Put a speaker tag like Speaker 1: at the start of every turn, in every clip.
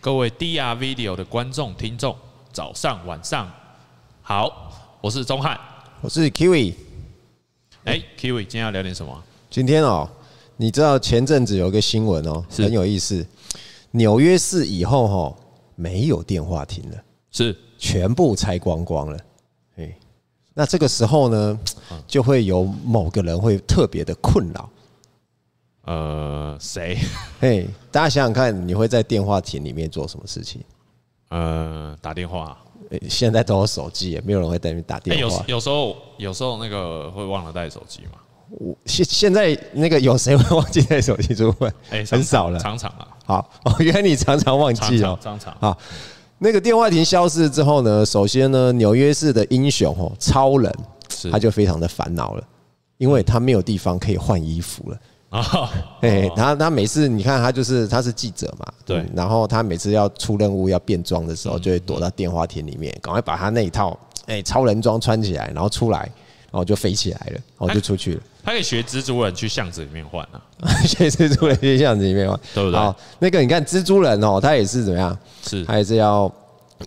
Speaker 1: 各位 DR Video 的观众、听众，早上、晚上好，我是钟汉。
Speaker 2: 我是 Kiwi。
Speaker 1: 哎、k i w i 今天要聊点什么啊？
Speaker 2: 今天哦，你知道前阵子有一个新闻哦，
Speaker 1: 是
Speaker 2: 很有意思。纽约市以后哦，没有电话亭了，
Speaker 1: 是
Speaker 2: 全部拆光光了。哎，那这个时候呢，
Speaker 1: 嗯
Speaker 2: 就会有某个人会特别的困扰。
Speaker 1: 呃，谁？
Speaker 2: 哎，大家想想看，你会在电话亭里面做什么事情？
Speaker 1: 呃，打电话。
Speaker 2: 哎现在都有手机，也没有人会在那边打
Speaker 1: 哎、
Speaker 2: 电
Speaker 1: 有
Speaker 2: 话。
Speaker 1: 有时候有时候那个会忘了带手机嘛？
Speaker 2: 我现现在那个有谁会忘记带手机出门？
Speaker 1: 哎、常
Speaker 2: 很少了。
Speaker 1: 常常啊，
Speaker 2: 好，哦，原来你常常忘
Speaker 1: 常
Speaker 2: 记哦
Speaker 1: 常。常常。
Speaker 2: 好，那个电话亭消失之后呢，首先呢，纽约市的英雄哦，超人
Speaker 1: 是，
Speaker 2: 他就非常的烦恼了，因为他没有地方可以换衣服了。
Speaker 1: 啊，
Speaker 2: 哎、他他每次你看他就是他是记者嘛，
Speaker 1: 对嗯
Speaker 2: 嗯然后他每次要出任务要变装的时候，就会躲到电话亭里面，赶快把他那一套哎、超人装穿起来，然后出来，然后就飞起来了，然
Speaker 1: 哎
Speaker 2: 后就出去了。
Speaker 1: 他可以学蜘蛛人去巷子里面换啊，
Speaker 2: 所以蜘蛛人就这样子里面嘛，
Speaker 1: 对不对
Speaker 2: 好，那个你看蜘蛛人哦，他也是怎么样？
Speaker 1: 是
Speaker 2: 他也是要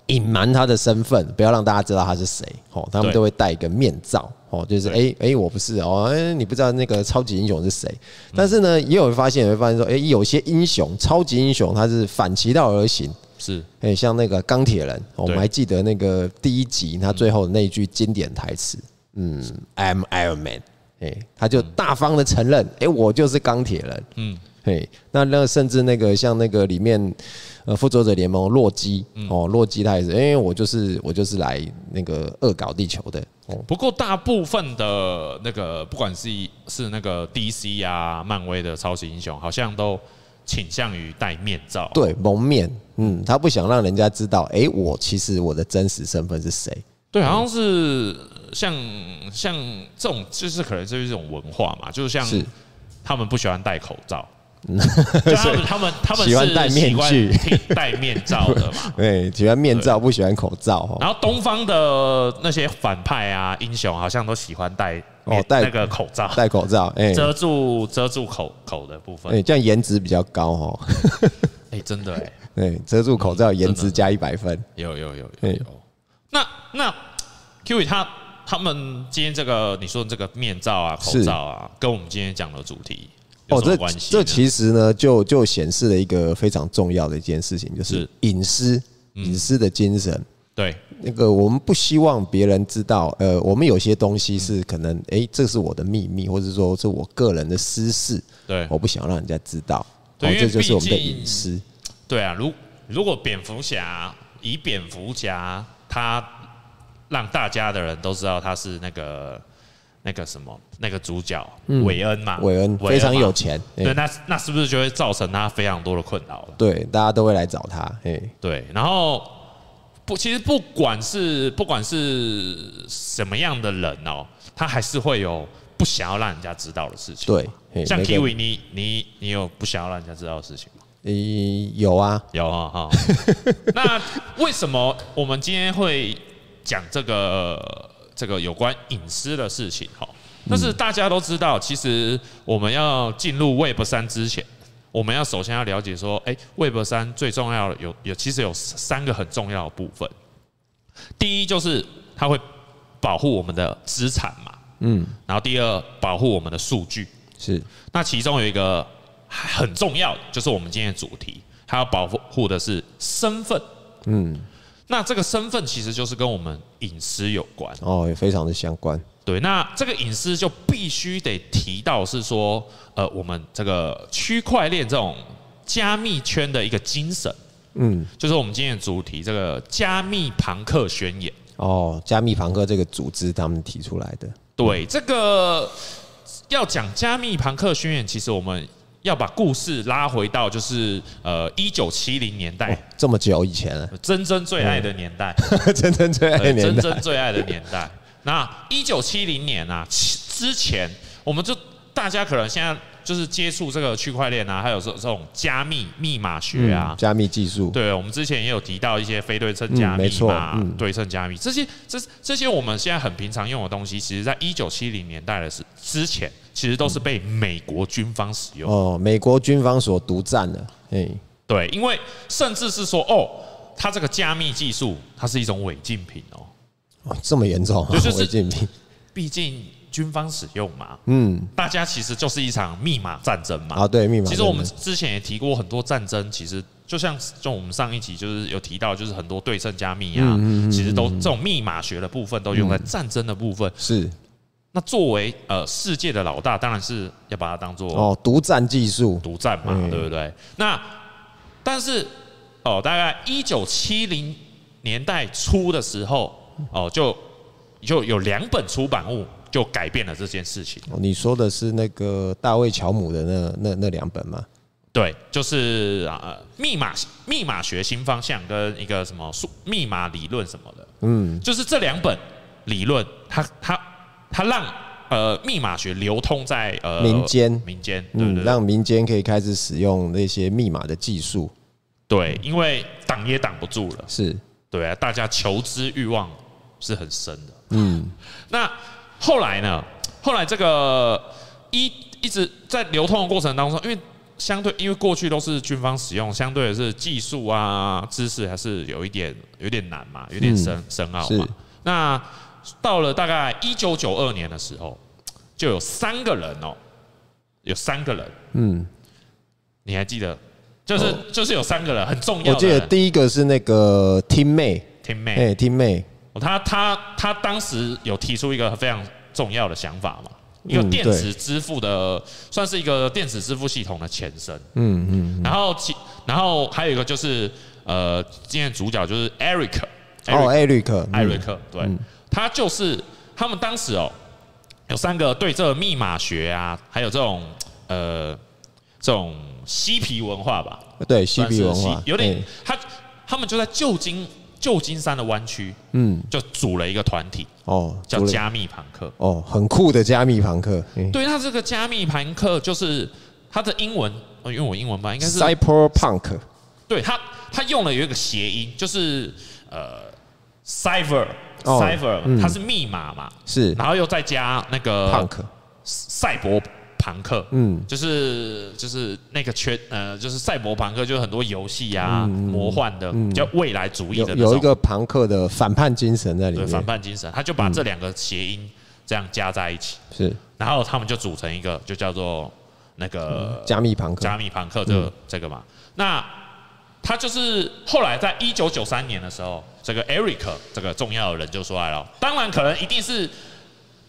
Speaker 2: 隐瞒他的身份，不要让大家知道他是谁。哦，他们
Speaker 1: 对
Speaker 2: 都会戴一个面罩。哦，就是哎
Speaker 1: 对
Speaker 2: 哎、诶我不是哦，哎、你不知道那个超级英雄是谁。
Speaker 1: 嗯
Speaker 2: 但是呢，也有发现，也会发现说，哎、有些英雄，超级英雄，他是反其道而行。
Speaker 1: 是
Speaker 2: 哎、像那个钢铁人，哦我们
Speaker 1: 对
Speaker 2: 还记得那个第一集他最后的那一句经典台词，嗯，I'm Iron Man。哎、他就大方的承认，哎、我就是钢铁人。
Speaker 1: 嗯，
Speaker 2: 嘿，那那甚至那个像那个里面，呃，复仇者联盟洛基、
Speaker 1: 嗯
Speaker 2: 哦，洛基他也是，哎、我就是我就是来那个恶搞地球的哦，
Speaker 1: 不过大部分的那个，不管是是那个 DC 啊、漫威的超级英雄，好像都倾向于戴面罩。
Speaker 2: 对，蒙面，嗯，他不想让人家知道，哎、我其实我的真实身份是谁，
Speaker 1: 对，好像是像像这种，就是可能就是一种文化嘛，就是像
Speaker 2: 是
Speaker 1: 他们不喜欢戴口 罩，就他们他们他们
Speaker 2: 喜欢
Speaker 1: 是
Speaker 2: 戴面
Speaker 1: 习惯
Speaker 2: 具
Speaker 1: 剃戴面罩的嘛。
Speaker 2: 哎、喜欢面罩，不喜欢口罩 哦，
Speaker 1: 然后东方的那些反派啊、英雄，好像都喜欢戴
Speaker 2: 哦戴
Speaker 1: 那个口罩，
Speaker 2: 戴口罩，哎、
Speaker 1: 遮住遮住口口的部
Speaker 2: 哎、
Speaker 1: 分。
Speaker 2: 这样颜值比较高哦，
Speaker 1: 哎，真的哎，
Speaker 2: 哎、遮住口罩，颜
Speaker 1: 嗯真的
Speaker 2: 值加一百分，
Speaker 1: 有有有有
Speaker 2: 哎
Speaker 1: 有。那那 Q 宇他他们今天这个你说的这个面罩啊、口
Speaker 2: 是
Speaker 1: 罩啊，跟我们今天讲的主题有
Speaker 2: 哦，
Speaker 1: 什么
Speaker 2: 这
Speaker 1: 关系呢？
Speaker 2: 这其实呢，就就显示了一个非常重要的一件事情，就是
Speaker 1: 是嗯
Speaker 2: 隐私，隐私的精神。
Speaker 1: 对
Speaker 2: 那个我们不希望别人知道，呃，我们有些东西是
Speaker 1: 嗯
Speaker 2: 可能，诶，这是我的秘密，或者说这我个人的私事，
Speaker 1: 对
Speaker 2: 我不想让人家知道，
Speaker 1: 嗯
Speaker 2: 哦
Speaker 1: 对因为
Speaker 2: 这就是我们的
Speaker 1: 毕竟
Speaker 2: 隐私。
Speaker 1: 对啊！如如果蝙蝠侠以蝙蝠侠他让大家的人都知道他是那个那个什么那个主角韦恩嘛，
Speaker 2: 嗯韦恩
Speaker 1: 嘛
Speaker 2: 非常有。钱，诶
Speaker 1: 对，那那是不是就会造成他非常多的困扰了？
Speaker 2: 对，大家都会来找他，诶，
Speaker 1: 对，然后不，其实不管是不管是什么样的人哦，他还是会有不想要让人家知道的事情。
Speaker 2: 对，诶
Speaker 1: 像
Speaker 2: 每个
Speaker 1: Kiwi，你你你有不想要让人家知道的事情吗？
Speaker 2: 诶有啊，
Speaker 1: 有啊哈。那为什么我们今天会讲这个这个有关隐私的事情？哈，但是大家都知道，其实我们要进入 Web 三之前，我们要首先要了解说，哎、w e b 三最重要的有有其实有三个很重要的部分。第一就是它会保护我们的资产嘛，
Speaker 2: 嗯，
Speaker 1: 然后第二保护我们的数据，
Speaker 2: 是
Speaker 1: 那其中有一个很重要的，就是我们今天的主题，它要保护的是身份。
Speaker 2: 嗯，
Speaker 1: 那这个身份其实就是跟我们隐私有关。
Speaker 2: 哦，也非常的相关，
Speaker 1: 对，那这个隐私就必须得提到是说，呃，我们这个区块链这种加密圈的一个精神，
Speaker 2: 嗯，
Speaker 1: 就是我们今天的主题这个加密庞克宣言。
Speaker 2: 哦，加密庞克这个组织他们提出来的，
Speaker 1: 对，这个要讲加密庞克宣言，其实我们要把故事拉回到就是呃一九七零年代，
Speaker 2: 哦这么久以前了，
Speaker 1: 真真最爱的年代，
Speaker 2: 真正最爱的
Speaker 1: 呃
Speaker 2: 年
Speaker 1: 真
Speaker 2: 代，
Speaker 1: 真最爱的年代。那一九七零年啊，其之前我们就大家可能现在就是接触这个区块链啊，还有这这种加密密码学啊
Speaker 2: 嗯，加密技术，
Speaker 1: 对，我们之前也有提到一些非对称加
Speaker 2: 嗯
Speaker 1: 密
Speaker 2: 没错
Speaker 1: 嘛、
Speaker 2: 嗯
Speaker 1: 对称加密这些，这这些我们现在很平常用的东西，其实在一九七零年代的时之前，
Speaker 2: 哦
Speaker 1: 其实都是被美国军方使用。
Speaker 2: 哦，美国军方所独占的，哎、
Speaker 1: 对，因为甚至是说，哦，它这个加密技术，它是一种违禁品哦，
Speaker 2: 哦，这么严重、啊，
Speaker 1: 就是
Speaker 2: 违禁品。
Speaker 1: 毕竟军方使用嘛，
Speaker 2: 嗯，
Speaker 1: 大家其实就是一场密码战争嘛。
Speaker 2: 啊，对，密码。
Speaker 1: 其实我们之前也提过很多战争，其实就像就我们上一集就是有提到，就是很多对称加密
Speaker 2: 嗯
Speaker 1: 啊，其实都这种密码学的部分都用在战争的部分。
Speaker 2: 是
Speaker 1: 那作为呃世界的老大，当然是要把它当做
Speaker 2: 哦，独占技术，
Speaker 1: 独占嘛，
Speaker 2: 嗯
Speaker 1: 对不对？那但是哦，大概一九七零年代初的时候，哦，就就有两本出版物就改变了这件事情。
Speaker 2: 哦你说的是那个大卫乔姆的那那那两本吗？
Speaker 1: 对，就是啊、呃密码密码学新方向跟一个什么数密码理论什么的，
Speaker 2: 嗯，
Speaker 1: 就是这两本理论，它它它让呃密码学流通在呃
Speaker 2: 民间
Speaker 1: 民间，对不
Speaker 2: 嗯，
Speaker 1: 对？
Speaker 2: 让民间可以开始使用那些密码的技术，
Speaker 1: 对，因为挡也挡不住了，
Speaker 2: 是
Speaker 1: 对啊，大家求知欲望是很深的。嗯，那后来呢？后来这个一一直在流通的过程当中，因为相对因为过去都是军方使用，相对的是技术啊、知识还是有一点有点难嘛，有点深、深奥嘛
Speaker 2: 嗯是。
Speaker 1: 那到了大概一九九二年的时候，就有三个人哦，有三个人，
Speaker 2: 嗯，哦
Speaker 1: 你还记得？就是、就是有三个人很重要的
Speaker 2: 我记
Speaker 1: 人，
Speaker 2: 得第一个是那个 Team 妹，
Speaker 1: 听妹，
Speaker 2: 哎，Team 妹，
Speaker 1: 哦他他他当时有提出一个非常重要的想法嘛，一个
Speaker 2: 嗯
Speaker 1: 电子支付的，算是一个电子支付系统的前身。
Speaker 2: 嗯嗯，
Speaker 1: 然后其然后还有一个就是呃，今天的主角就是 Eric，
Speaker 2: 哦，艾瑞克，
Speaker 1: 艾
Speaker 2: 嗯
Speaker 1: 瑞，克，对，他就是他们当时哦，有三个对这个密码学啊，还有这种呃这种嬉皮文化吧，
Speaker 2: 对，嬉皮文
Speaker 1: 算
Speaker 2: 化
Speaker 1: 是嬉，有点
Speaker 2: 哎，
Speaker 1: 他他们就在旧金旧金山的湾区
Speaker 2: 嗯，
Speaker 1: 就组了一个团体。
Speaker 2: 哦，
Speaker 1: 叫
Speaker 2: 除了
Speaker 1: 加密朋克。
Speaker 2: 哦，很酷的加密朋克，嗯
Speaker 1: 对，它这个加密朋克就是它的英文，呃因为我英文吧，应该是
Speaker 2: ，Cyberpunk，
Speaker 1: 对它，它用了有一个谐音，就是呃，cipher
Speaker 2: 哦
Speaker 1: cipher，
Speaker 2: 嗯
Speaker 1: 它是密码嘛，
Speaker 2: 是
Speaker 1: 然后又再加那个
Speaker 2: Punk，
Speaker 1: 赛博朋克，
Speaker 2: 嗯，
Speaker 1: 就是就是那个圈，呃，就是赛博朋克，就是很多游戏啊、
Speaker 2: 嗯
Speaker 1: 魔幻的，比较未来主义
Speaker 2: 有
Speaker 1: 的那
Speaker 2: 有一
Speaker 1: 种
Speaker 2: 个朋克的反叛精神在里
Speaker 1: 对反
Speaker 2: 面，
Speaker 1: 叛精神，他就把这两个谐音这样加在一起。
Speaker 2: 是
Speaker 1: 然后他们就组成一个，就叫做那个
Speaker 2: 加密朋克，
Speaker 1: 加密朋克这个
Speaker 2: 嗯
Speaker 1: 这个嘛。那他就是后来在一九九三年的时候，这个 Eric 这个重要的人就出来了。当然，可能一定是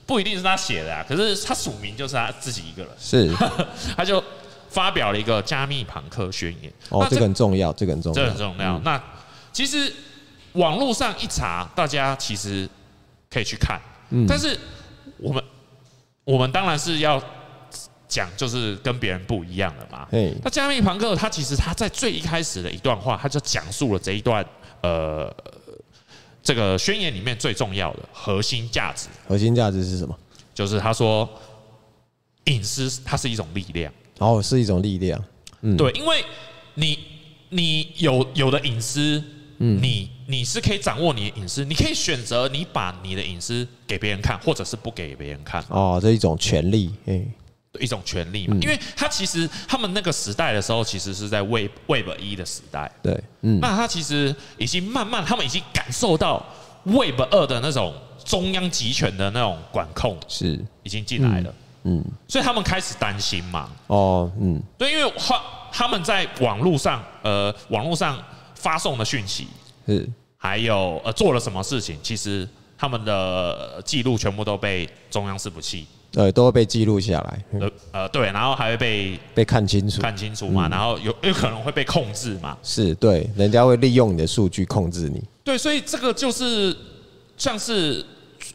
Speaker 1: 不一定是他写的啊，可是他署名就是他自己一个人，
Speaker 2: 是，
Speaker 1: 他就发表了一个加密朋克宣言。
Speaker 2: 哦
Speaker 1: 那，
Speaker 2: 这个很重要，这个很重
Speaker 1: 这
Speaker 2: 要
Speaker 1: 很，重要。那其实网络上一查，大家其实可以去看，
Speaker 2: 嗯
Speaker 1: 但是我们我们当然是要讲，就是跟别人不一样的嘛。
Speaker 2: 嘿，
Speaker 1: 那加密朋克他其实他在最一开始的一段话，他就讲述了这一段呃这个宣言里面最重要的核心价值，
Speaker 2: 核心价值是什么？
Speaker 1: 就是他说隐私它是一种力量。
Speaker 2: 然后哦是一种力量，嗯
Speaker 1: 对，因为你你有有的隐私，你你是可以掌握你的隐私，你可以选择你把你的隐私给别人看，或者是不给别人看，
Speaker 2: 哦，这一种权利，哎，
Speaker 1: 一种权利嘛。因为他其实他们那个时代的时候，其实是在 Web Web 一的时代，
Speaker 2: 对，嗯，
Speaker 1: 那他其实已经慢慢，他们已经感受到 Web 二的那种中央集权的那种管控
Speaker 2: 是，
Speaker 1: 已经进来了，
Speaker 2: 嗯，
Speaker 1: 所以他们开始担心嘛。
Speaker 2: 哦，嗯，
Speaker 1: 对，因为他他们在网络上，呃，网络上发送的讯息，
Speaker 2: 是，
Speaker 1: 还有呃做了什么事情，其实他们的呃记录全部都被中央伺服器，
Speaker 2: 对，都会被记录下来，嗯
Speaker 1: 呃呃对，然后还会被
Speaker 2: 被看清楚，
Speaker 1: 看清楚
Speaker 2: 嗯
Speaker 1: 嘛，然后有有可能会被控制嘛，
Speaker 2: 是对，人家会利用你的数据控制你，
Speaker 1: 对，所以这个就是像是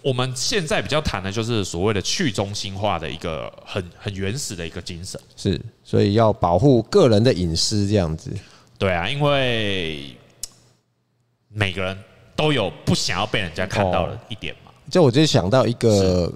Speaker 1: 我们现在比较谈的，就是所谓的去中心化的一个很很原始的一个精神。
Speaker 2: 是，所以要保护个人的隐私，这样子，
Speaker 1: 对啊，因为每个人都有不想要被人家看到的一点嘛，
Speaker 2: 这我就想到一个，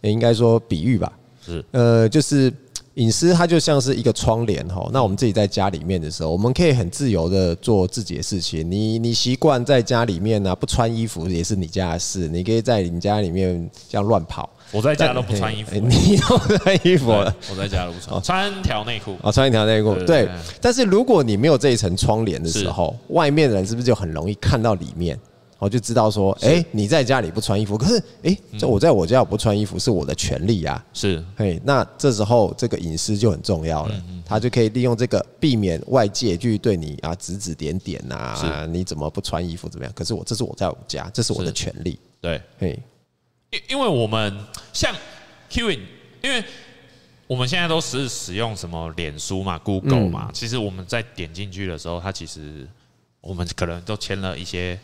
Speaker 2: 也应该说比喻吧，
Speaker 1: 是
Speaker 2: 呃，就是一隐私它就像是一个窗帘哈。那我们自己在家里面的时候，我们可以很自由的做自己的事情。你你习惯在家里面呢、啊，不穿衣服也是你家的事，你可以在你家里面这样乱跑。
Speaker 1: 我在家都不穿衣服，
Speaker 2: 你都不穿衣服了。
Speaker 1: 我在家都不穿，穿条内裤。
Speaker 2: 哦，穿一条内裤。
Speaker 1: 对
Speaker 2: 对，但是如果你没有这一层窗帘的时候，外面的人是不是就很容易看到里面？我就知道说，哎、你在家里不穿衣服，可是哎，
Speaker 1: 嗯
Speaker 2: 这、我在我家我不穿衣服是我的权利呀、
Speaker 1: 是
Speaker 2: 嘿，那这时候这个隐私就很重
Speaker 1: 嗯
Speaker 2: 要了，他就可以利用这个避免外界去对你啊指指点点呐、啊，
Speaker 1: 是
Speaker 2: 你怎么不穿衣服怎么样？可是我这是我在我家，这是我的
Speaker 1: 是
Speaker 2: 权利。
Speaker 1: 对，
Speaker 2: 嘿，
Speaker 1: 因因为我们像 Q，因为我们现在都是使用什么脸书嘛、Google 嘛，
Speaker 2: 嗯
Speaker 1: 其实我们在点进去的时候，它其实我们可能都签了一些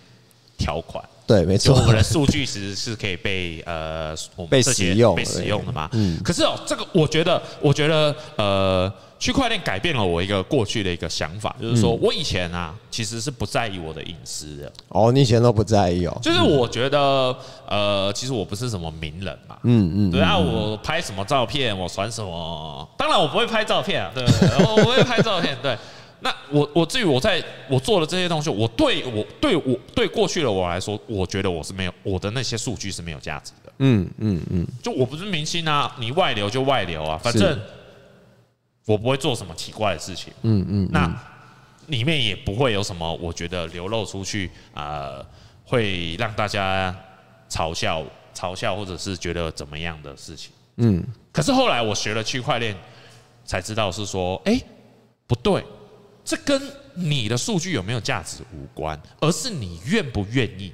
Speaker 1: 条 款，
Speaker 2: 对，没
Speaker 1: 就
Speaker 2: 错
Speaker 1: 我，们的数据其实是可以被呃我们
Speaker 2: 被
Speaker 1: 这些
Speaker 2: 使用
Speaker 1: 被使用的嘛。
Speaker 2: 嗯
Speaker 1: 可是哦，这个我觉得，我觉得呃，区块链改变了我一个过去的一个想法，就是
Speaker 2: 嗯
Speaker 1: 说我以前啊其实是不在意我的隐私的，
Speaker 2: 哦，你以前都不在意哦，
Speaker 1: 就是我觉得呃，其实我不是什么名人嘛，
Speaker 2: 嗯嗯，
Speaker 1: 对啊，我拍什么照片，我传什么，当然我不会拍照片啊，对，我不会拍照片，对。那我我至于我在我做的这些东西，我对我对我对过去的我来说，我觉得我是没有我的那些数据是没有价值的。
Speaker 2: 嗯嗯嗯，
Speaker 1: 就我不是明星啊，你外流就外流啊，反正
Speaker 2: 是
Speaker 1: 我不会做什么奇怪的事情。嗯嗯，那里面也不会有什么我觉得流露出去啊、呃会让大家嘲笑、嘲笑或者是觉得怎么样的事情。
Speaker 2: 嗯，
Speaker 1: 可是后来我学了区块链，才知道是说，哎、不对，这跟你的数据有没有价值无关，而是你愿不愿意。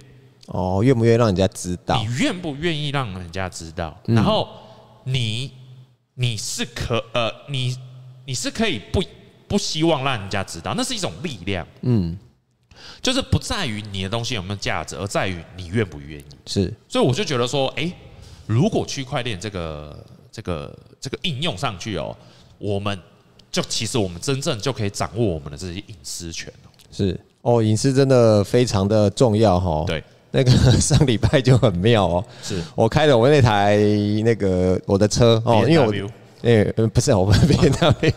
Speaker 2: 哦，愿不愿意让人家知道嗯
Speaker 1: 你？愿不愿意让人家知道？然后你你是可呃，你你是可以不不希望让人家知道，那是一种力量，
Speaker 2: 嗯，
Speaker 1: 就是不在于你的东西有没有价值，而在于你愿不愿意。
Speaker 2: 是，
Speaker 1: 所以我就觉得说，诶，如果区块链这个这个这个应用上去哦，我们就其实我们真正就可以掌握我们的这些隐私权哦。
Speaker 2: 是哦，隐私真的非常的重要哈。
Speaker 1: 对，
Speaker 2: 那个 上礼拜就很妙哦，
Speaker 1: 是
Speaker 2: 我开着我那台那个我的车哦，因为我
Speaker 1: BMW
Speaker 2: 诶、呃不是我 们 B N W，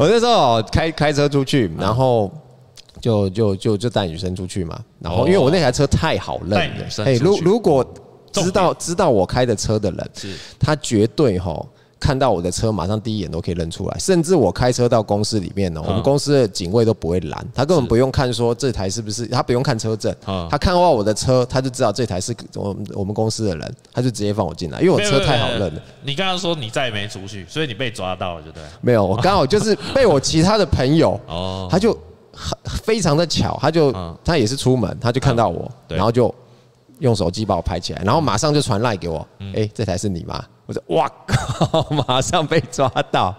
Speaker 2: 我那时候哦开开车出去，然后。就就就就带女生出去嘛，然后因为我那台车太好认
Speaker 1: 哦带
Speaker 2: 了
Speaker 1: 女，生
Speaker 2: 诶
Speaker 1: 出
Speaker 2: 如
Speaker 1: 去
Speaker 2: 如果知道知道我开的车的人，
Speaker 1: 是
Speaker 2: 他绝对哈看到我的车，马上第一眼都可以认出来。甚至我开车到公司里面呢、哦
Speaker 1: 啊
Speaker 2: 我们公司的警卫都不会拦，他根本不用看说这台是不是，他不用看车证，
Speaker 1: 嗯
Speaker 2: 他看到我的车，他就知道这台是我们我们公司的人，他就直接放我进来，因为我
Speaker 1: 没有
Speaker 2: 哦车太好认了。。
Speaker 1: 你刚刚说你再也没出去，所以你被抓到了，就对了。
Speaker 2: 没有，我刚好就是被我其他的朋友，
Speaker 1: 哦
Speaker 2: 他就很非常的巧，他就
Speaker 1: 嗯
Speaker 2: 他也是出门，他就看到我，
Speaker 1: 对
Speaker 2: 然后就用手机把我拍起来，然后马上就传赖给我，哎，这台是你吗？我说哇靠， 马上被抓到，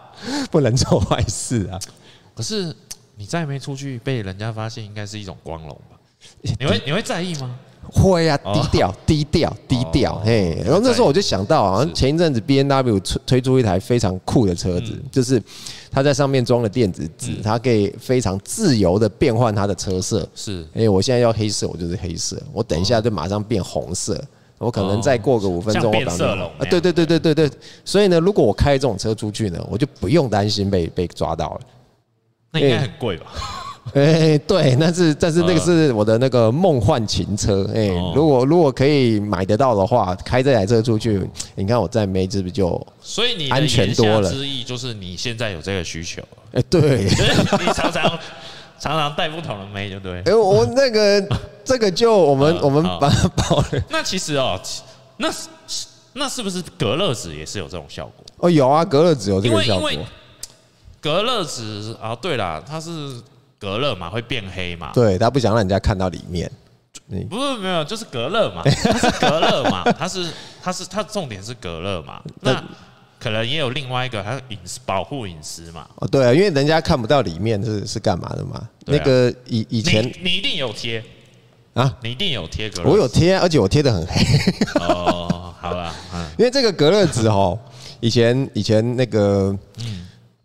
Speaker 2: 不能做坏事啊！
Speaker 1: 可是你再没出去被人家发现，应该是一种光荣 吧？你会你会在意吗？
Speaker 2: 会啊，
Speaker 1: 哦
Speaker 2: 低调，低调，低调
Speaker 1: 哦，
Speaker 2: 嘿。然后那时候我就想到，好像前一阵子 B N W 推推出一台非常酷的车子，就是它在上面装了电子纸，它可以非常自由的变换它的车色，
Speaker 1: 是
Speaker 2: 哎、我现在要黑色，我就是黑色，我等一下就马上变红色，我可能再过个五分
Speaker 1: 哦
Speaker 2: 钟，
Speaker 1: 像
Speaker 2: 我
Speaker 1: 变
Speaker 2: 马上
Speaker 1: 色
Speaker 2: 变
Speaker 1: 龙
Speaker 2: 啊
Speaker 1: 那样
Speaker 2: 对对对对对对，所以呢，如果我开这种车出去呢，我就不用担心被被抓到了。
Speaker 1: 那应该很贵吧？
Speaker 2: 哎、对，但是但是那个是我的那个梦幻情车，哎、
Speaker 1: 嗯哦
Speaker 2: 如果如果可以买得到的话，开这台车出去，你看我在梅是不是就，
Speaker 1: 所以你的
Speaker 2: 安全
Speaker 1: 言下
Speaker 2: 多了
Speaker 1: 之意就是你现在有这个需求，啊
Speaker 2: 哎、对，
Speaker 1: 就是你常常常常带不同的妹，就对
Speaker 2: 哎、。我我那个这个就我们、
Speaker 1: 嗯
Speaker 2: 我们
Speaker 1: 好
Speaker 2: 把它保了。
Speaker 1: 那其实哦，其那是那是不是隔热纸也是有这种效果？
Speaker 2: 哦，有啊，隔热纸有这
Speaker 1: 因
Speaker 2: 个
Speaker 1: 为
Speaker 2: 效
Speaker 1: 因
Speaker 2: 果，
Speaker 1: 为隔热纸啊，对啦，它是隔热嘛，会变黑嘛。
Speaker 2: 对，他不想让人家看到里面。
Speaker 1: 不是没有，就是隔热 嘛，它是隔热嘛，它是它是它重点是隔热嘛。那可能也有另外一个，它是隐私保护隐私嘛。
Speaker 2: 哦，对啊，因为人家看不到里面是是干嘛的嘛。
Speaker 1: 对
Speaker 2: 那
Speaker 1: 啊
Speaker 2: 个以以
Speaker 1: 你
Speaker 2: 前
Speaker 1: 你一定有贴
Speaker 2: 啊，
Speaker 1: 你一定有贴隔热。
Speaker 2: 我有贴，而且我贴的很黑，
Speaker 1: 哦，好啦，嗯，
Speaker 2: 因为这个隔热纸哦，以前以前那个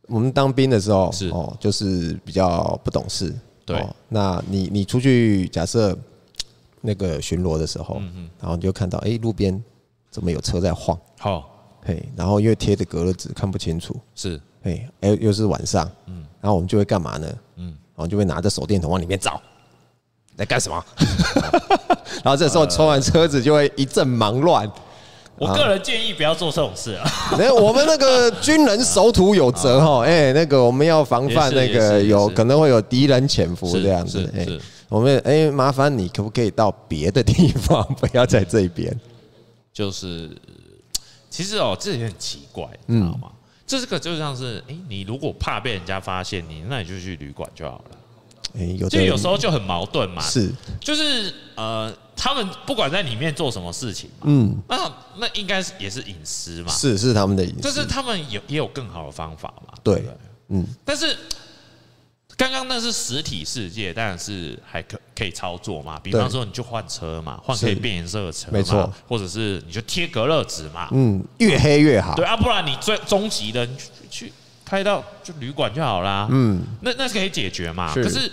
Speaker 2: 我们当兵的时候
Speaker 1: 嗯是
Speaker 2: 哦，就是比较不懂事。
Speaker 1: 对
Speaker 2: 哦，那你你出去假设那个巡逻的时候，
Speaker 1: 嗯
Speaker 2: 然后你就看到哎路边怎么有车在晃，
Speaker 1: 好
Speaker 2: 嘿，然后因为贴着隔热纸看不清楚，
Speaker 1: 是
Speaker 2: 哎，哎，又是晚上，嗯，然后我们就会干嘛呢？嗯，然后就会拿着手电筒往里面照，在干什么？ 然后这
Speaker 1: 呃
Speaker 2: 时候抽完车子就会一阵忙乱。
Speaker 3: 我个人建议不要做这种事啊。
Speaker 2: 那我们那个军人守土有责哈，哎，那个我们要防范那
Speaker 1: 啊也是
Speaker 2: 个
Speaker 1: 也是
Speaker 2: 有
Speaker 1: 也是
Speaker 2: 可能会有敌人潜伏
Speaker 1: 是
Speaker 2: 这样子
Speaker 1: 是。
Speaker 2: 哎
Speaker 1: 是，
Speaker 2: 我们哎，麻烦你可不可以到别的地方，不要在这边？
Speaker 1: 就是其实哦，这也很奇怪，
Speaker 2: 嗯
Speaker 1: 你知道吗？这个就像是，哎、你如果怕被人家发现你，那你就去旅馆就好了。
Speaker 2: 哎，有的
Speaker 1: 就
Speaker 2: 人
Speaker 1: 有时候就很矛盾嘛，
Speaker 2: 是，
Speaker 1: 就是呃，他们不管在里面做什么事情嘛，
Speaker 2: 嗯，
Speaker 1: 那那应该是也是隐私嘛，
Speaker 2: 是是他们的隐
Speaker 1: 就
Speaker 2: 私，
Speaker 1: 是他们有也有更好的方法嘛，
Speaker 2: 对
Speaker 1: 不对，
Speaker 2: 嗯，
Speaker 1: 但是刚刚那是实体世界，当然是还可可以操作嘛。比方说，你就换车嘛，换可以
Speaker 2: 是
Speaker 1: 变颜色的车嘛，
Speaker 2: 没错
Speaker 1: 或者是你就贴隔热纸嘛，
Speaker 2: 嗯，越黑越好
Speaker 1: 对。啊，不然你最终极的你去去开到就旅馆就好啦。嗯，那那是可以解决嘛。
Speaker 2: 是
Speaker 1: 可是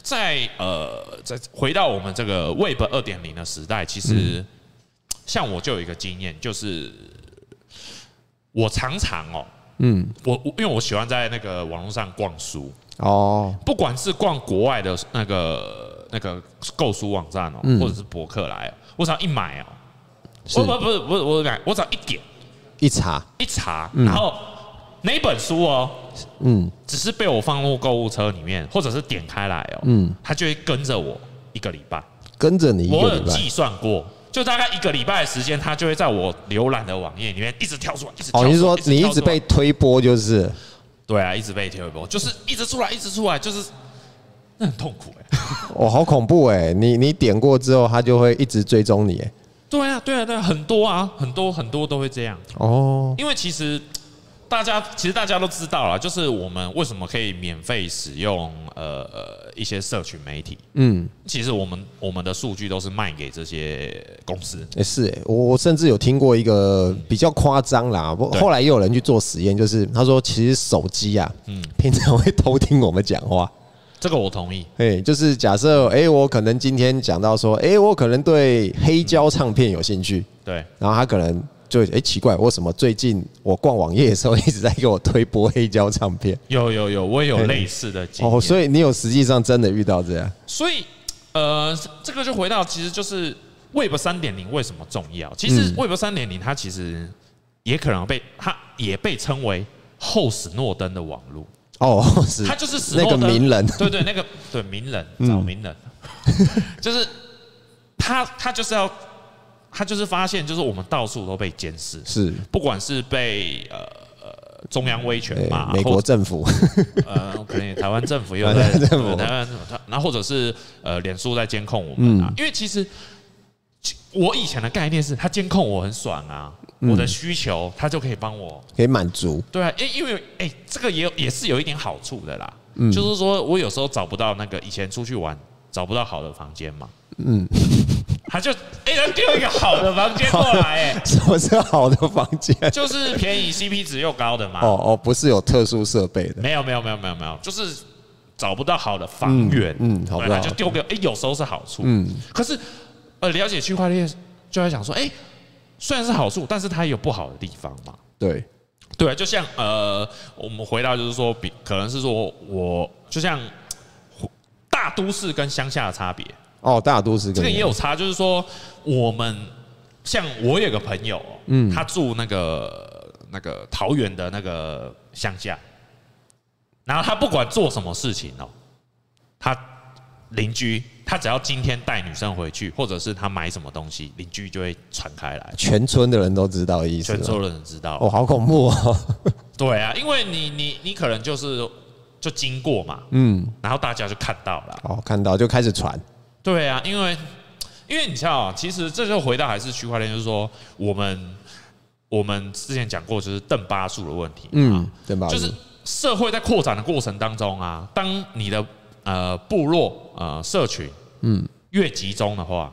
Speaker 1: 在，呃，在回到我们这个 Web 二点零的时代，其实、像我就有一个经验，就是我常常哦，
Speaker 2: 嗯，
Speaker 1: 我我因为我喜欢在那个网络上逛书，
Speaker 2: 哦，
Speaker 1: 不管是逛国外的那个那个购书网站哦、或者是博客来哦，我只要一买哦、
Speaker 2: 是
Speaker 1: 我不不是不是我买，我只要一点。
Speaker 2: 一查，
Speaker 1: 一查，然后那一本书哦，
Speaker 2: 嗯，
Speaker 1: 只是被我放入购物车里面，或者是点开来哦，
Speaker 2: 嗯
Speaker 1: 嗯，它就会跟着我一个礼拜。
Speaker 2: 跟着你一
Speaker 1: 我
Speaker 2: 个
Speaker 1: 有
Speaker 2: 礼拜。
Speaker 1: 计算过，就大概一个礼拜的时间，它就会在我浏览的网页里面一直跳出来，一直跳出
Speaker 2: 哦，
Speaker 1: 来
Speaker 2: 你是说
Speaker 1: 跳
Speaker 2: 你一
Speaker 1: 出
Speaker 2: 直
Speaker 1: 来
Speaker 2: 被推波就是？
Speaker 1: 对啊，一直被推波，就是一直出来，一直出来，就是那很痛苦哎、
Speaker 2: 哦，好恐怖哎！你你点过之后，他就会一直追踪你哎。
Speaker 1: 对啊，对啊，对啊，很多啊，很多很多都会这样。
Speaker 2: 哦，
Speaker 1: 因为其实大家其实大家都知道了，就是我们为什么可以免费使用呃呃一些社群媒体。
Speaker 2: 嗯，
Speaker 1: 其实我们我们的数据都是卖给这些公司。
Speaker 2: 也是哎，我我甚至有听过一个比较夸张啦，不
Speaker 1: 对
Speaker 2: 后来也有人去做实验，就是他说其实手机啊，
Speaker 1: 嗯
Speaker 2: 平常会偷听我们讲话。
Speaker 1: 这个我同意。
Speaker 2: 哎，就是假设哎，我可能今天讲到说，哎，我可能对黑胶唱片有兴趣，
Speaker 1: 对，
Speaker 2: 然后他可能就哎、诶奇怪，为什么最近我逛网页的时候一 直在给我推播黑胶唱片？
Speaker 1: 有有有，我也有
Speaker 2: 嗯
Speaker 1: 类似的经验。
Speaker 2: 哦，所以你有实际上真的遇到这样？
Speaker 1: 所以呃，这个就回到其实就是 Web 三点零为什么重要？其实
Speaker 2: 嗯
Speaker 1: Web 三点零它其实也可能被它也被称为后史诺登的网络。
Speaker 2: 哦， 是
Speaker 1: 他就是史
Speaker 2: 那
Speaker 1: 诺
Speaker 2: 个
Speaker 1: 登
Speaker 2: 名人，
Speaker 1: 对对，那个对名人
Speaker 2: 嗯
Speaker 1: 找名人， 就是他他就是要他就是发现，就是我们到处都被监视，
Speaker 2: 是
Speaker 1: 不管是被呃呃中央威权
Speaker 2: 哎
Speaker 1: 嘛，
Speaker 2: 美
Speaker 1: 或
Speaker 2: 国政 府
Speaker 1: 呃，可能也台湾政府也有
Speaker 2: 台
Speaker 1: 在
Speaker 2: 湾政府
Speaker 1: 对台湾，他然后或者是呃，脸书在监控我们
Speaker 2: 嗯
Speaker 1: 啊，因为其实其我以前的概念是，他监控我很爽啊，我
Speaker 2: 嗯
Speaker 1: 的需求他就可以帮我
Speaker 2: 可以满足
Speaker 1: 对啊，因因为哎、这个也有也是有一点好处的啦。
Speaker 2: 嗯
Speaker 1: 就是说我有时候找不到那个以前出去玩找不到好的房间嘛，嗯，他就哎、他丢一个好的房间过来、 哎，
Speaker 2: 什么是好的房间？
Speaker 1: 就是便宜 CP 值又高的嘛。
Speaker 2: 哦哦，不是有特殊设备的，
Speaker 1: 没有没有没有没有没有，就是找不到好的房源，
Speaker 2: 嗯嗯找不到
Speaker 1: 对他就丢给哎、有时候是好处，
Speaker 2: 嗯
Speaker 1: 可是呃，了解区块链就在想说，哎、虽然是好处，但是它也有不好的地方嘛。
Speaker 2: 对，
Speaker 1: 对啊，就像呃，我们回到就是说，比可能是说我就像大都市跟乡下的差别，
Speaker 2: 哦，大都市跟
Speaker 1: 这个也有差，就是说我们像我有个朋友，嗯，他住那个那个桃园的那个乡下，然后他不管做什么事情哦，他邻居他只要今天带女生回去，或者是他买什么东西，邻居就会传开来，
Speaker 2: 全村的人都知道的意思
Speaker 1: 全
Speaker 2: 吗。
Speaker 1: 州的人知道。
Speaker 2: 哦，好恐怖哦！
Speaker 1: 对啊，因为你你你可能就是就经过嘛，
Speaker 2: 嗯，
Speaker 1: 然后大家就看到了。
Speaker 2: 哦，看到就开始传，
Speaker 1: 对啊，因为因为你知道，啊其实这就回到还是区块链，就是说我们我们之前讲过，就是邓巴数的问题，
Speaker 2: 嗯，对吧？
Speaker 1: 就是社会在扩展的过程当中啊，当你的呃部落呃社群
Speaker 2: 嗯
Speaker 1: 越集中的话，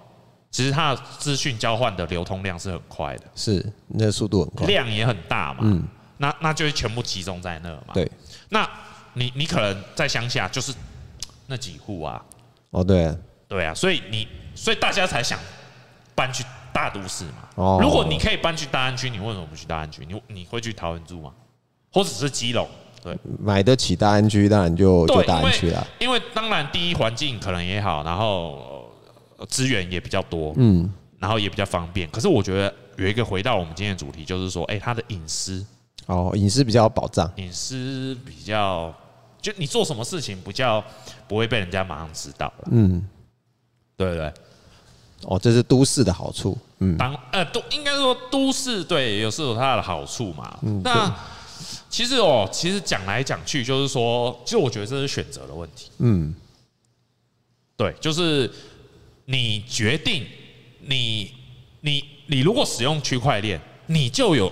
Speaker 1: 其实它的资讯交换的流通量是很快的，
Speaker 2: 是，那速度很快，
Speaker 1: 量也很大嘛，
Speaker 2: 嗯
Speaker 1: 那那就会全部集中在那嘛，
Speaker 2: 对，
Speaker 1: 那你你可能在乡下就是那几户啊，
Speaker 2: 哦对，
Speaker 1: 对啊，所以你所以大家才想搬去大都市嘛。
Speaker 2: 哦
Speaker 1: 如果你可以搬去大安区，你为什么不去大安区？你你会去桃园住吗？或者是基隆？对，
Speaker 2: 买得起大安区，当然就就
Speaker 1: 对，
Speaker 2: 大
Speaker 1: 因
Speaker 2: 安区
Speaker 1: 为
Speaker 2: 啦。
Speaker 1: 因为当然第一环境可能也好，然后呃资源也比较多，嗯，然后也比较方便。可是我觉得有一个回到我们今天的主题，就是说，哎、他的隐私，
Speaker 2: 哦，隐私比较有保障。
Speaker 1: 隐私比较，就你做什么事情比较不会被人家马上知道了，
Speaker 2: 嗯，
Speaker 1: 对不对？
Speaker 2: 哦，这是都市的好处。嗯，
Speaker 1: 当呃都应该说都市对，有是有它的好处嘛。
Speaker 2: 嗯
Speaker 1: 那其实哦，其实讲来讲去，就是说，其实我觉得这是选择的问题。嗯，对，就是你决定你你你如果使用区块链，你就有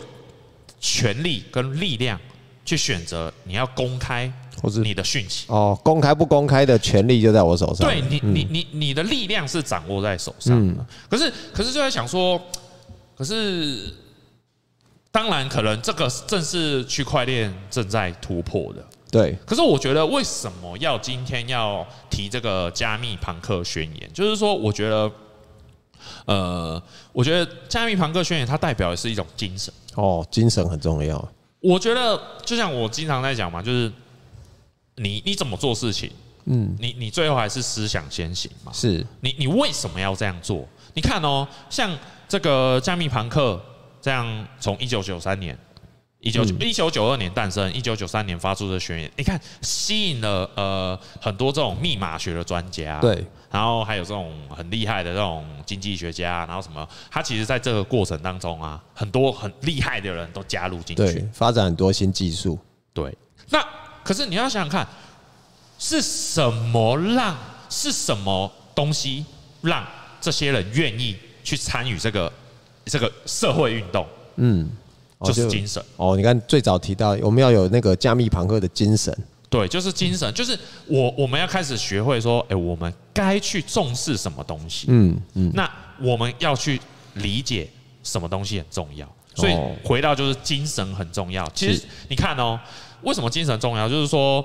Speaker 1: 权利跟力量去选择你要公开
Speaker 2: 或是
Speaker 1: 你的讯息。
Speaker 2: 哦，公开不公开的权利就在我手上。
Speaker 1: 对你，你你你的力量是掌握在手上的。可是，可是就在想说，可是当然，可能这个正是区块链正在突破的。
Speaker 2: 对，
Speaker 1: 可是我觉得，为什么要今天要提这个加密庞克宣言？就是说，我觉得，呃，我觉得加密庞克宣言它代表的是一种精神。
Speaker 2: 哦，精神很重要。
Speaker 1: 我觉得就像我经常在讲嘛，就是你你怎么做事情，嗯，你你最后还是思想先行嘛。
Speaker 2: 是，
Speaker 1: 你你为什么要这样做？你看哦，像这个加密庞克这样，从一九九三年、一九
Speaker 2: 嗯
Speaker 1: 一九九二年诞生，一九九三年发出的宣言，你看吸引了呃很多这种密码学的专家，
Speaker 2: 对，
Speaker 1: 然后还有这种很厉害的这种经济学家，然后什么，他其实在这个过程当中啊，很多很厉害的人都加入进去
Speaker 2: 对，，发展很多新技术。
Speaker 1: 对，那可是你要想想看，是什么让是什么东西让这些人愿意去参与这个这个社会运动？
Speaker 2: 嗯，哦
Speaker 1: 就是精神。
Speaker 2: 哦，你看最早提到我们要有那个加密庞克的精神。
Speaker 1: 对，就是精神，就是我我们要开始学会说，哎、我们该去重视什么东西？
Speaker 2: 嗯嗯，
Speaker 1: 那我们要去理解什么东西很重要。所以
Speaker 2: 哦
Speaker 1: 回到就是精神很重要。其实
Speaker 2: 是
Speaker 1: 你看哦，为什么精神重要？就是说，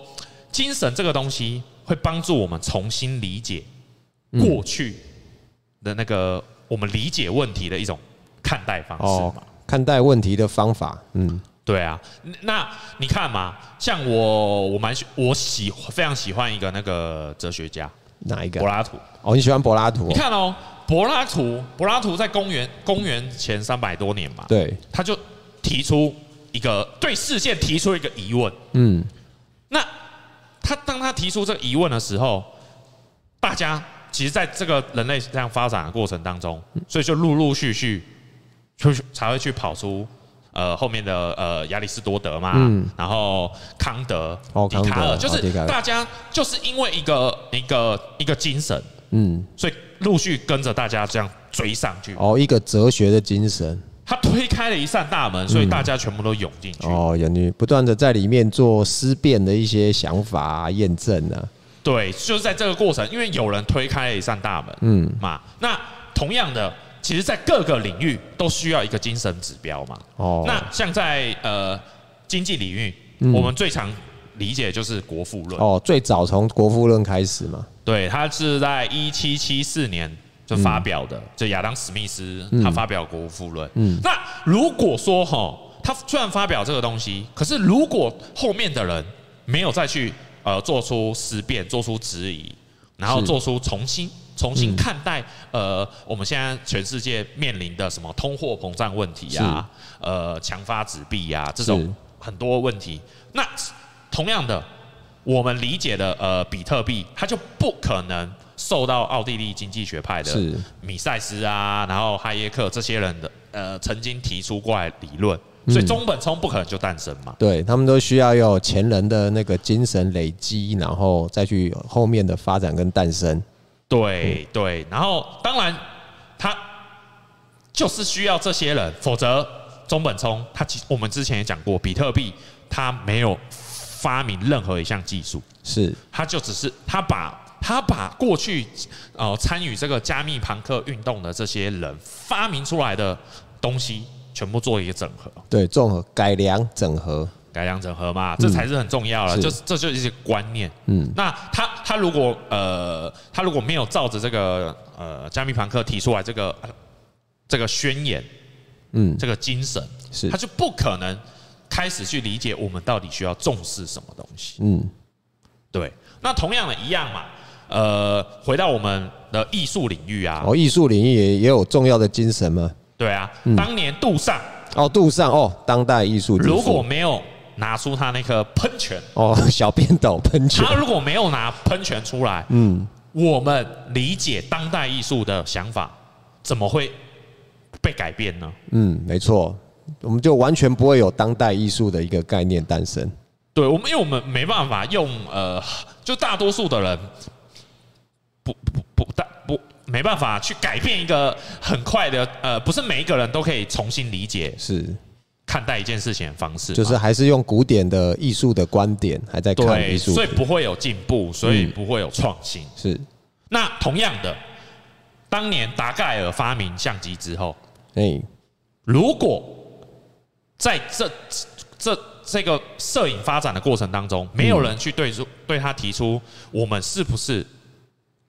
Speaker 1: 精神这个东西会帮助我们重新理解过去的那个我们理解问题的一种看待方
Speaker 2: 哦
Speaker 1: 式嘛。，
Speaker 2: 看待问题的方法。嗯，
Speaker 1: 对啊，那那你看嘛，像我我蛮喜我喜非常喜欢一个那个哲学家
Speaker 2: 哪一个
Speaker 1: 柏？拉图。
Speaker 2: 哦，你喜欢柏拉图
Speaker 1: 你
Speaker 2: 哦？
Speaker 1: 看哦，柏拉图，柏拉图在公元公元前三百多年嘛，
Speaker 2: 对，
Speaker 1: 他就提出一个对事件提出一个疑问。
Speaker 2: 嗯，
Speaker 1: 那他当他提出这个疑问的时候，大家其实在这个人类这样发展的过程当中，
Speaker 2: 嗯
Speaker 1: 所以就陆陆续续就是才会去跑出。呃，后面的呃，亚里士多德嘛，
Speaker 2: 嗯
Speaker 1: 然后康德、
Speaker 2: 哦
Speaker 1: 笛卡
Speaker 2: 康德
Speaker 1: 尔，就
Speaker 2: 哦笛
Speaker 1: 是
Speaker 2: 卡尔
Speaker 1: 大家就是因为一个一个一个精神，
Speaker 2: 嗯，
Speaker 1: 所以陆续跟着大家这样追上去。
Speaker 2: 哦，一个哲学的精神。
Speaker 1: 他推开了一扇大门，所以大家全部都涌进去。
Speaker 2: 嗯哦，有你不断的在里面做思辨的一些想法、啊、验证啊。
Speaker 1: 对，就是在这个过程，因为有人推开了一扇大门，嗯嘛。那同样的，其实，在各个领域都需要一个精神指标嘛。
Speaker 2: 哦，嗯
Speaker 1: 那像在呃经济领域，我们最常理解就是国富论，
Speaker 2: 哦，最早从国富论开始嘛。
Speaker 1: 对，它是在一七七四年就发表的，就亚当·史密斯他发表《国富论》。嗯，那如果说哈，他虽然发表这个东西，可是如果后面的人没有再去呃做出思辨、做出质疑，然后
Speaker 2: 是
Speaker 1: 做出重新重新看待呃我们现在全世界面临的什么通货膨胀问题啊，呃强发纸币呀、这
Speaker 2: 是
Speaker 1: 种很多问题，那同样的。我们理解的呃比特币，它就不可能受到奥地利经济学派的
Speaker 2: 是
Speaker 1: 米塞斯啊，然后哈耶克这些人的呃曾经提出过来理论，所以中本聪不可能就诞生嘛。
Speaker 2: 对他们都需要有前人的那个精神累积，然后再去后面的发展跟诞生。
Speaker 1: 对对，然后当然他就是需要这些人，否则中本聪他其我们之前也讲过，比特币他没有发明任何一项技术，
Speaker 2: 是
Speaker 1: 他就只是他把他把过去呃参与这个加密朋克运动的这些人发明出来的东西，全部做一个整合，
Speaker 2: 对，综合改良整合。
Speaker 1: 改良整合嘛，这才是很重要了。
Speaker 2: 嗯是
Speaker 1: 就是这就是一些观念。
Speaker 2: 嗯
Speaker 1: 嗯，那他他如果呃他如果没有照着这个呃加密朋克提出来这个呃这个宣言
Speaker 2: 嗯，
Speaker 1: 这个精神，
Speaker 2: 是
Speaker 1: 他就不可能开始去理解我们到底需要重视什么东西。
Speaker 2: 嗯，
Speaker 1: 对，那同样的一样嘛，呃，回到我们的艺术领域啊，
Speaker 2: 哦，艺术领域也也有重要的精神吗？
Speaker 1: 对啊，当年杜尚
Speaker 2: 哦，杜尚哦，当代艺术之父
Speaker 1: 如果没有拿出他那颗喷泉，
Speaker 2: 哦，小便斗喷泉
Speaker 1: 他如果没有拿喷泉出来，嗯，我们理解当代艺术的想法怎么会被改变呢？
Speaker 2: 嗯，没错，我们就完全不会有当代艺术的一个概念诞生。
Speaker 1: 对我们，因为我们没办法用呃，就大多数的人不不不大不没办法去改变一个很快的呃，不是每一个人都可以重新理解
Speaker 2: 是，
Speaker 1: 看待一件事情的方式嘛，
Speaker 2: 就是还是用古典的艺术的观点，还在看
Speaker 1: 对，
Speaker 2: 艺术
Speaker 1: 所以
Speaker 2: 品
Speaker 1: 不会有进步，所以
Speaker 2: 嗯
Speaker 1: 不会有创新。
Speaker 2: 是，
Speaker 1: 那同样的，当年达盖尔发明相机之后，
Speaker 2: 哎、
Speaker 1: 如果在这这这个摄影发展的过程当中，没有人去对
Speaker 2: 嗯
Speaker 1: 出对他提出，我们是不是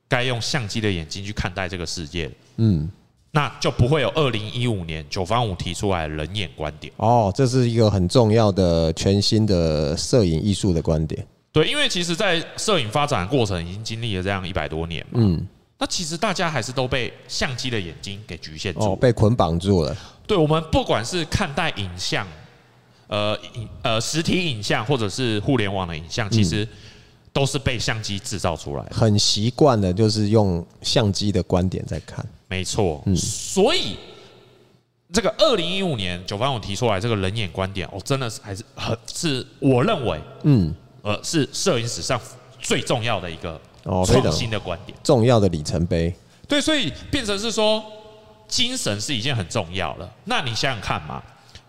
Speaker 1: 该用相机的眼睛去看待这个世界，
Speaker 2: 嗯，
Speaker 1: 那就不会有二零一五年九方五提出来的人眼观点。
Speaker 2: 哦，这是一个很重要的全新的摄影艺术的观点。
Speaker 1: 对，因为其实，在摄影发展的过程已经经历了这样一百多年嘛，
Speaker 2: 嗯，
Speaker 1: 那其实大家还是都被相机的眼睛给局限住
Speaker 2: 哦，。被捆绑住了。
Speaker 1: 对我们不管是看待影像，呃，影呃实体影像或者是互联网的影像，
Speaker 2: 嗯
Speaker 1: 其实都是被相机制造出来的。
Speaker 2: 很习惯的，就是用相机的观点在看。
Speaker 1: 没错，
Speaker 2: 嗯
Speaker 1: 所以这个二零一五年九方我提出来这个人眼观点，哦，真的是还是很是我认为，
Speaker 2: 嗯，
Speaker 1: 呃，是摄影史上最重要的一个
Speaker 2: 哦非常
Speaker 1: 创新的观点。
Speaker 2: 重要的里程碑。
Speaker 1: 对，所以变成是说，精神是一件很重要的。那你想想看嘛，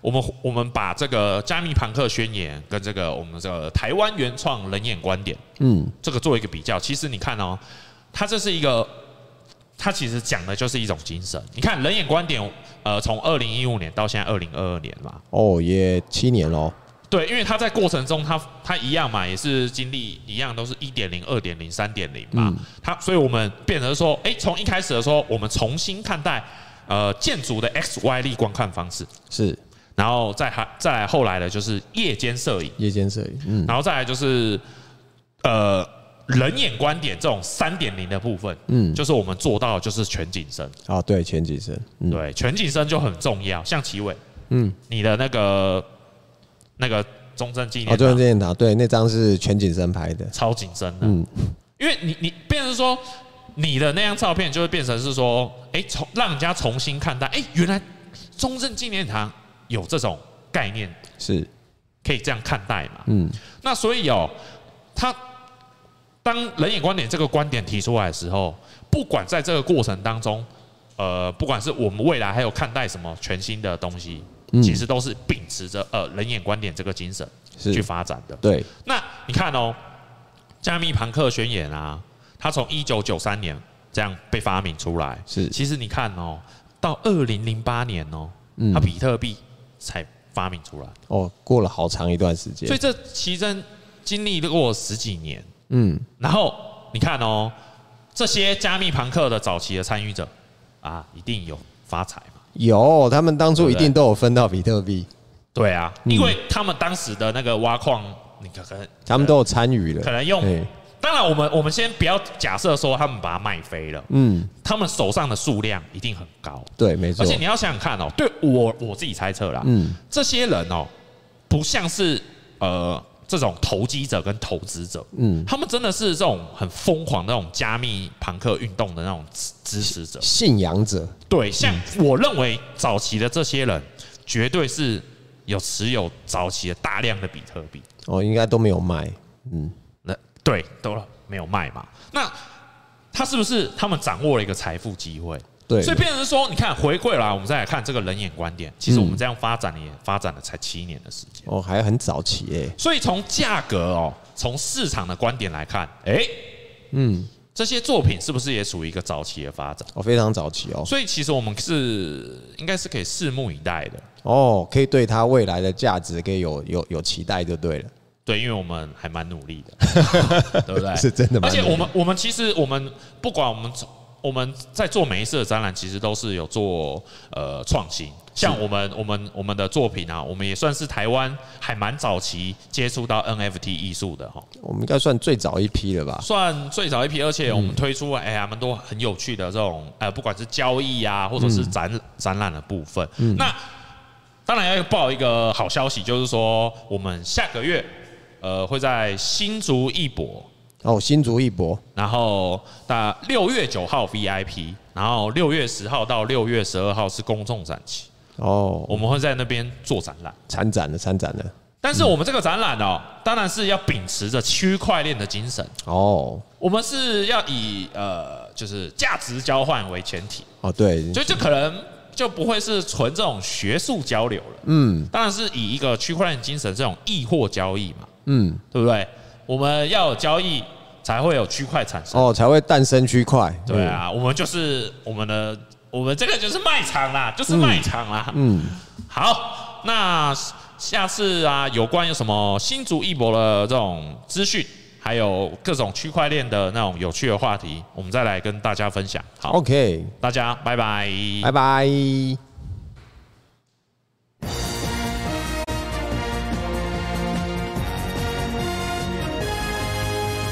Speaker 1: 我们我们把这个加密朋克宣言跟这个我们这个台湾原创人眼观点，
Speaker 2: 嗯，
Speaker 1: 这个做一个比较，其实你看哦，它这是一个，它其实讲的就是一种精神。你看人眼观点，呃，从二零一五年到现在二零二二年嘛，
Speaker 2: 哦，也七年喽。
Speaker 1: 对，因为它在过程中它，它一样嘛，也是经历一样，都是一点零、二点零、三点零
Speaker 2: 嗯
Speaker 1: 嘛。它，所以我们变成说，哎、从一开始的时候，我们重新看待呃建筑的 X、Y 立观看方式，
Speaker 2: 是
Speaker 1: 然后再还再来后来的就是夜间摄影，
Speaker 2: 夜间摄影。嗯
Speaker 1: 然后再来就是呃人眼观点这种三点零的部分，
Speaker 2: 嗯，
Speaker 1: 就是我们做到的就是全景声，
Speaker 2: 啊，对，前几声。嗯，
Speaker 1: 对，全景声就很重要。像齐伟，
Speaker 2: 嗯，
Speaker 1: 你的那个那个中正纪念
Speaker 2: 哦，
Speaker 1: 堂
Speaker 2: 中央纪念堂，对，那张是全景声拍的。
Speaker 1: 超紧身的，
Speaker 2: 嗯
Speaker 1: 因为你你变成说你的那张照片就会变成是说，哎、重让人家重新看待，哎、原来中正纪念堂有这种概念，
Speaker 2: 是，
Speaker 1: 可以这样看待嘛？
Speaker 2: 嗯
Speaker 1: 那所以哦，他当人眼观点这个观点提出来的时候，不管在这个过程当中，呃，不管是我们未来还有看待什么全新的东西，
Speaker 2: 嗯
Speaker 1: 其实都是秉持着呃人眼观点这个精神去
Speaker 2: 是，
Speaker 1: 发展的。
Speaker 2: 对，
Speaker 1: 那你看哦，加密朋克宣言啊，它从一九九三年这样被发明出来，
Speaker 2: 是
Speaker 1: 其实你看哦，到二零零八年哦，
Speaker 2: 嗯
Speaker 1: 它比特币才发明出来，
Speaker 2: 哦，过了好长一段时间
Speaker 1: 所以。这其中经历过十几年。
Speaker 2: 嗯，
Speaker 1: 然后你看哦，这些加密朋克的早期的参与者啊，一定有发财嘛？
Speaker 2: 有，他们当初一
Speaker 1: 对
Speaker 2: 定都有分到比特币，
Speaker 1: 对啊，
Speaker 2: 嗯
Speaker 1: 因为他们当时的那个挖矿，你可可能
Speaker 2: 他们都有参与了。
Speaker 1: 可能用
Speaker 2: 对，
Speaker 1: 当然，我们我们先不要假设说他们把它卖飞了，
Speaker 2: 嗯，
Speaker 1: 他们手上的数量一定很高，
Speaker 2: 对，没错
Speaker 1: 而。且你要想想看哦，对我我自己猜测啦，
Speaker 2: 嗯，
Speaker 1: 这些人哦，不像是呃这种投机者跟投资者，
Speaker 2: 嗯
Speaker 1: 他们真的是这种很疯狂的那种加密朋克运动的那种支支持者。
Speaker 2: 信仰者，
Speaker 1: 对，像我认为早期的这些人，绝对是有持有早期的大量的比特币。
Speaker 2: 哦，应该都没有卖。嗯，
Speaker 1: 那对，都没有卖嘛。那他是不是他们掌握了一个财富机会？
Speaker 2: 对。
Speaker 1: 所以变成是说，你看回归来，我们再来看这个人眼观点，其实我们这样发展也发展了才七年的时间。
Speaker 2: 哦，还很早期诶、
Speaker 1: 所以从价格哦，从市场的观点来看，诶，
Speaker 2: 嗯，
Speaker 1: 这些作品是不是也属于一个早期的发展？
Speaker 2: 哦，非常早期哦，
Speaker 1: 所以其实我们是应该是可以拭目以待的。
Speaker 2: 哦，可以对它未来的价值可以有有有期待就对了，
Speaker 1: 对，因为我们还 蛮努力的，对不对？
Speaker 2: 是真的蛮
Speaker 1: 而且
Speaker 2: 努力
Speaker 1: 我们我们其实我们不管我们从我们在做每一次的展览，其实都是有做呃创新。像我们我们我们的作品啊，我们也算是台湾还蛮早期接触到 NFT 艺术的哈，
Speaker 2: 我们应该算最早一批了吧？
Speaker 1: 算最早一批，而且我们推出哎呀蛮多很有趣的这种呃，不管是交易啊，或者是展、展览的部分。那当然要报一个好消息，就是说我们下个月呃会在新竹艺博，
Speaker 2: 哦，新竹一博，
Speaker 1: 然后那六月九号 VIP，然后六月十号到六月十二号是公众展期，
Speaker 2: 哦，
Speaker 1: 我们会在那边做展览。
Speaker 2: 参展了，参展了，
Speaker 1: 但是我们这个展览哦，当然是要秉持着区块链的精神，
Speaker 2: 哦，
Speaker 1: 我们是要以呃就是价值交换为前提，
Speaker 2: 哦，对，
Speaker 1: 所以就可能就不会是纯这种学术交流了，
Speaker 2: 嗯
Speaker 1: 当然是以一个区块链精神这种易货交易嘛，
Speaker 2: 嗯，
Speaker 1: 对不对？我们要有交易才会有区块产生。
Speaker 2: 哦，才会诞生区块，
Speaker 1: 对啊，
Speaker 2: 嗯
Speaker 1: 我们就是我们的，我们这个就是卖场啦，就是卖场啦。
Speaker 2: 嗯，
Speaker 1: 好，那下次啊，有关有什么新竹艺博的这种资讯，还有各种区块链的那种有趣的话题，我们再来跟大家分享。
Speaker 2: 嗯
Speaker 1: 好，
Speaker 2: ，OK，
Speaker 1: 大家拜拜。
Speaker 2: 拜拜。